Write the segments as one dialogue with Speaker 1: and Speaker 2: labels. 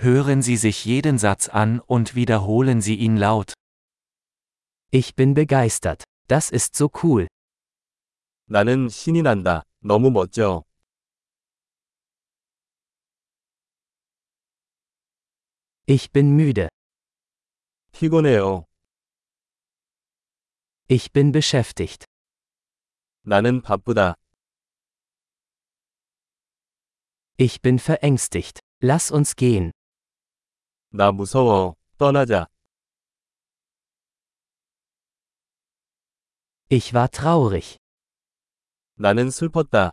Speaker 1: Hören Sie sich jeden Satz an und wiederholen Sie ihn laut.
Speaker 2: Ich bin begeistert. Das ist so cool.
Speaker 3: 나는 신이 난다. 너무 멋져.
Speaker 2: Ich bin müde.
Speaker 3: 피곤해요.
Speaker 2: Ich bin beschäftigt.
Speaker 3: 나는 바쁘다.
Speaker 2: Ich bin verängstigt. Lass uns gehen.
Speaker 3: 나 무서워. 떠나자.
Speaker 2: Ich war traurig.
Speaker 3: 나는 슬펐다.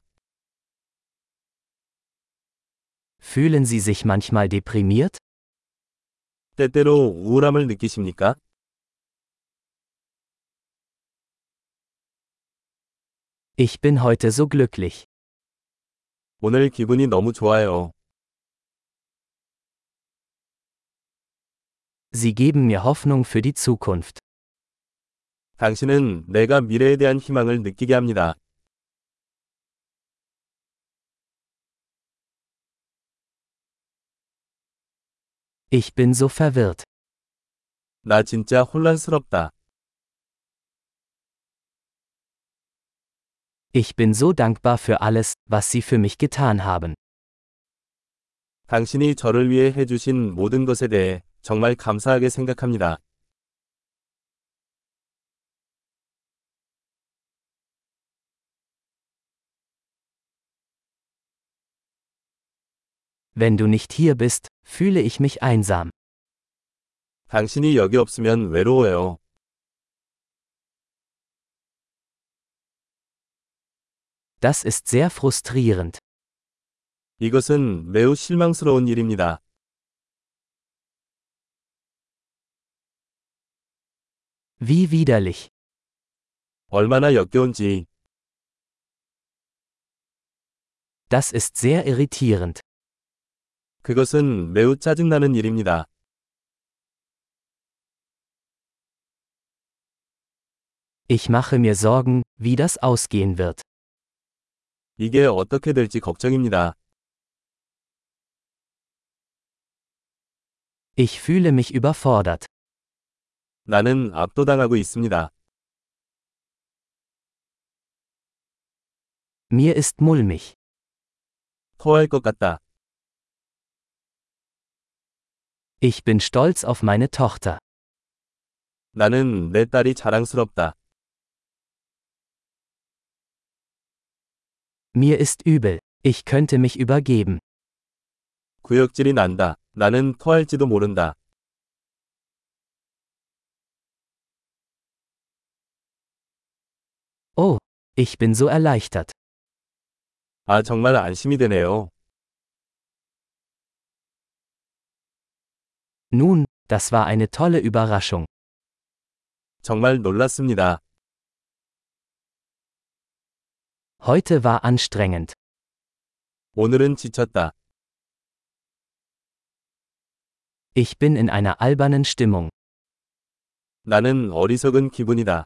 Speaker 2: Fühlen Sie sich manchmal deprimiert?
Speaker 3: 때때로 우울함을 느끼십니까?
Speaker 2: Ich bin heute so glücklich.
Speaker 3: 오늘 기분이 너무 좋아요.
Speaker 2: Sie geben mir Hoffnung für die Zukunft.
Speaker 3: 당신은 내가 미래에 대한 희망을 느끼게 합니다.
Speaker 2: Ich bin so verwirrt.
Speaker 3: 나 진짜 혼란스럽다.
Speaker 2: Ich bin so dankbar für alles, was Sie für mich getan haben.
Speaker 3: 당신이 저를 위해 해주신 모든 것에 대해 정말 감사하게 생각합니다.
Speaker 2: Wenn du nicht hier bist, fühle ich mich einsam.
Speaker 3: 당신이 여기 없으면 외로워요.
Speaker 2: Das ist sehr frustrierend.
Speaker 3: 이것은 매우 실망스러운 일입니다.
Speaker 2: Wie widerlich.
Speaker 3: 얼마나 역겨운지.
Speaker 2: Das ist sehr irritierend.
Speaker 3: 그것은 매우 짜증나는 일입니다.
Speaker 2: Ich mache mir Sorgen, wie das ausgehen wird.
Speaker 3: 이게 어떻게 될지 걱정입니다.
Speaker 2: Ich fühle mich überfordert.
Speaker 3: 나는 압도당하고 있습니다.
Speaker 2: Mir ist mulmig.
Speaker 3: 토할 것 같다.
Speaker 2: Ich bin stolz auf meine Tochter.
Speaker 3: 나는 내 딸이 자랑스럽다.
Speaker 2: Mir ist übel. Ich könnte mich übergeben.
Speaker 3: 구역질이 난다. 나는 토할지도 모른다.
Speaker 2: Oh, ich bin so erleichtert.
Speaker 3: 아, 정말 안심이 되네요.
Speaker 2: Nun, das war eine tolle Überraschung.
Speaker 3: 정말 놀랐습니다.
Speaker 2: Heute war anstrengend.
Speaker 3: 오늘은 지쳤다.
Speaker 2: Ich bin in einer albernen Stimmung.
Speaker 3: 나는 어리석은 기분이다.